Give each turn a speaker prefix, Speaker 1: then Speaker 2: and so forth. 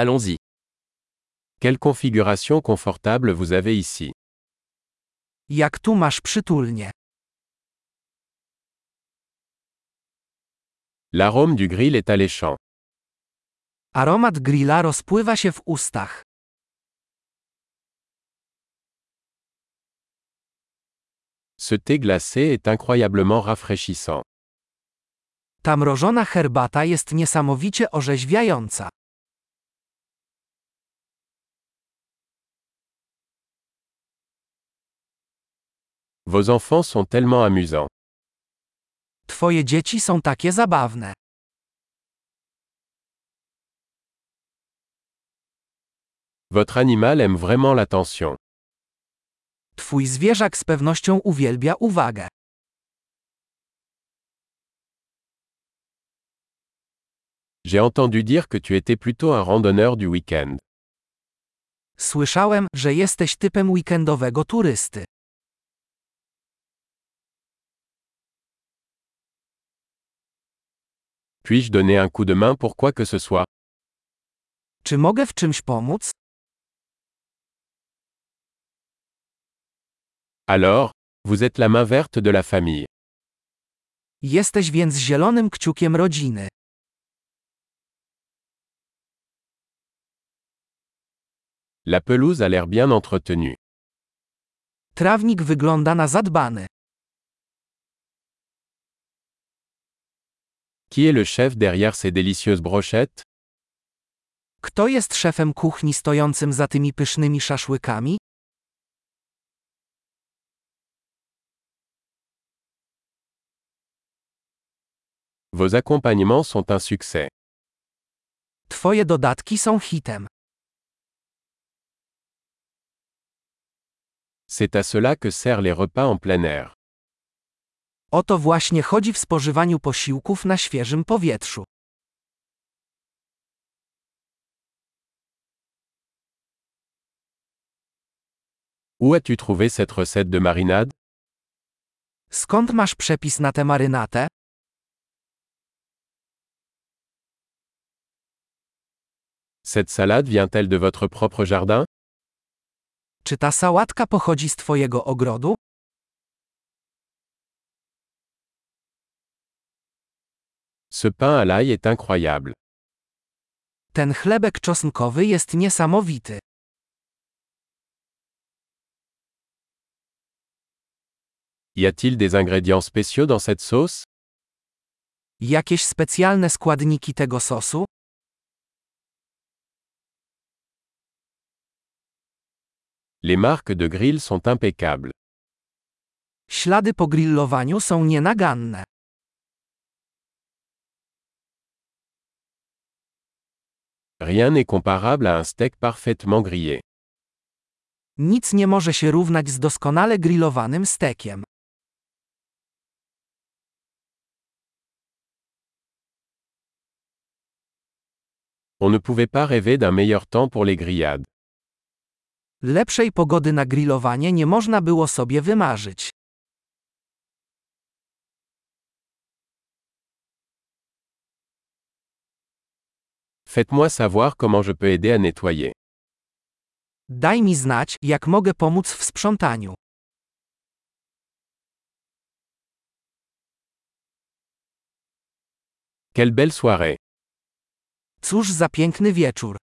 Speaker 1: Allons-y.
Speaker 2: Quelle configuration confortable vous avez ici.
Speaker 3: Jak tu masz przytulnie.
Speaker 2: L'arôme du grill est alléchant.
Speaker 3: Aromat grilla rozpływa się w ustach.
Speaker 2: Ce thé glacé est incroyablement rafraîchissant.
Speaker 3: Ta mrożona herbata jest niesamowicie orzeźwiająca.
Speaker 2: Vos enfants sont tellement amusants.
Speaker 3: Twoje dzieci są takie zabawne.
Speaker 2: Votre animal aime vraiment l'attention.
Speaker 3: Twój zwierzak z pewnością uwielbia uwagę.
Speaker 2: J'ai entendu dire que tu étais plutôt un randonneur du week-end.
Speaker 3: Słyszałem, że jesteś typem weekendowego turysty.
Speaker 2: Puis-je donner un coup de main pour quoi que ce soit
Speaker 3: Czy mogę w czymś pomóc?
Speaker 2: Alors, vous êtes la main verte de la famille.
Speaker 3: Jesteś więc zielonym kciukiem rodziny.
Speaker 2: La pelouse a l'air bien entretenue.
Speaker 3: Trawnik wygląda na zadbany.
Speaker 2: Qui est le chef derrière ces délicieuses brochettes
Speaker 3: Kto jest szefem kuchni stojącym za tymi pysznymi szaszłykami?
Speaker 2: Vos accompagnements sont un succès.
Speaker 3: Twoje dodatki są hitem.
Speaker 2: C'est à cela que servent les repas en plein air.
Speaker 3: O to właśnie chodzi w spożywaniu posiłków na świeżym powietrzu.
Speaker 2: Où as-tu trouvé cette recette de marinade
Speaker 3: Skąd masz przepis na tę marynatę?
Speaker 2: Cette salade vient-elle de votre propre jardin
Speaker 3: Czy ta sałatka pochodzi z Twojego ogrodu?
Speaker 2: Ce pain à l'ail est incroyable.
Speaker 3: Ten chlebek czosnkowy jest niesamowity.
Speaker 2: Y a-t-il des ingrédients spéciaux dans cette sauce
Speaker 3: Jakieś specjalne składniki tego sosu?
Speaker 2: Les marques de grill sont impeccables.
Speaker 3: Ślady po grillowaniu są nienaganne.
Speaker 2: Rien n'est comparable à un steak parfaitement grillé.
Speaker 3: Nic nie może się równać z doskonale grillowanym stekiem.
Speaker 2: On ne pouvait pas rêver d'un meilleur temps pour les grillades.
Speaker 3: Lepszej pogody na grillowanie nie można było sobie wymarzyć.
Speaker 2: Faites-moi savoir comment je peux aider à nettoyer.
Speaker 3: Daj mi znać, jak mogę pomóc w sprzątaniu.
Speaker 2: Quelle belle soirée
Speaker 3: Cóż za piękny wieczór.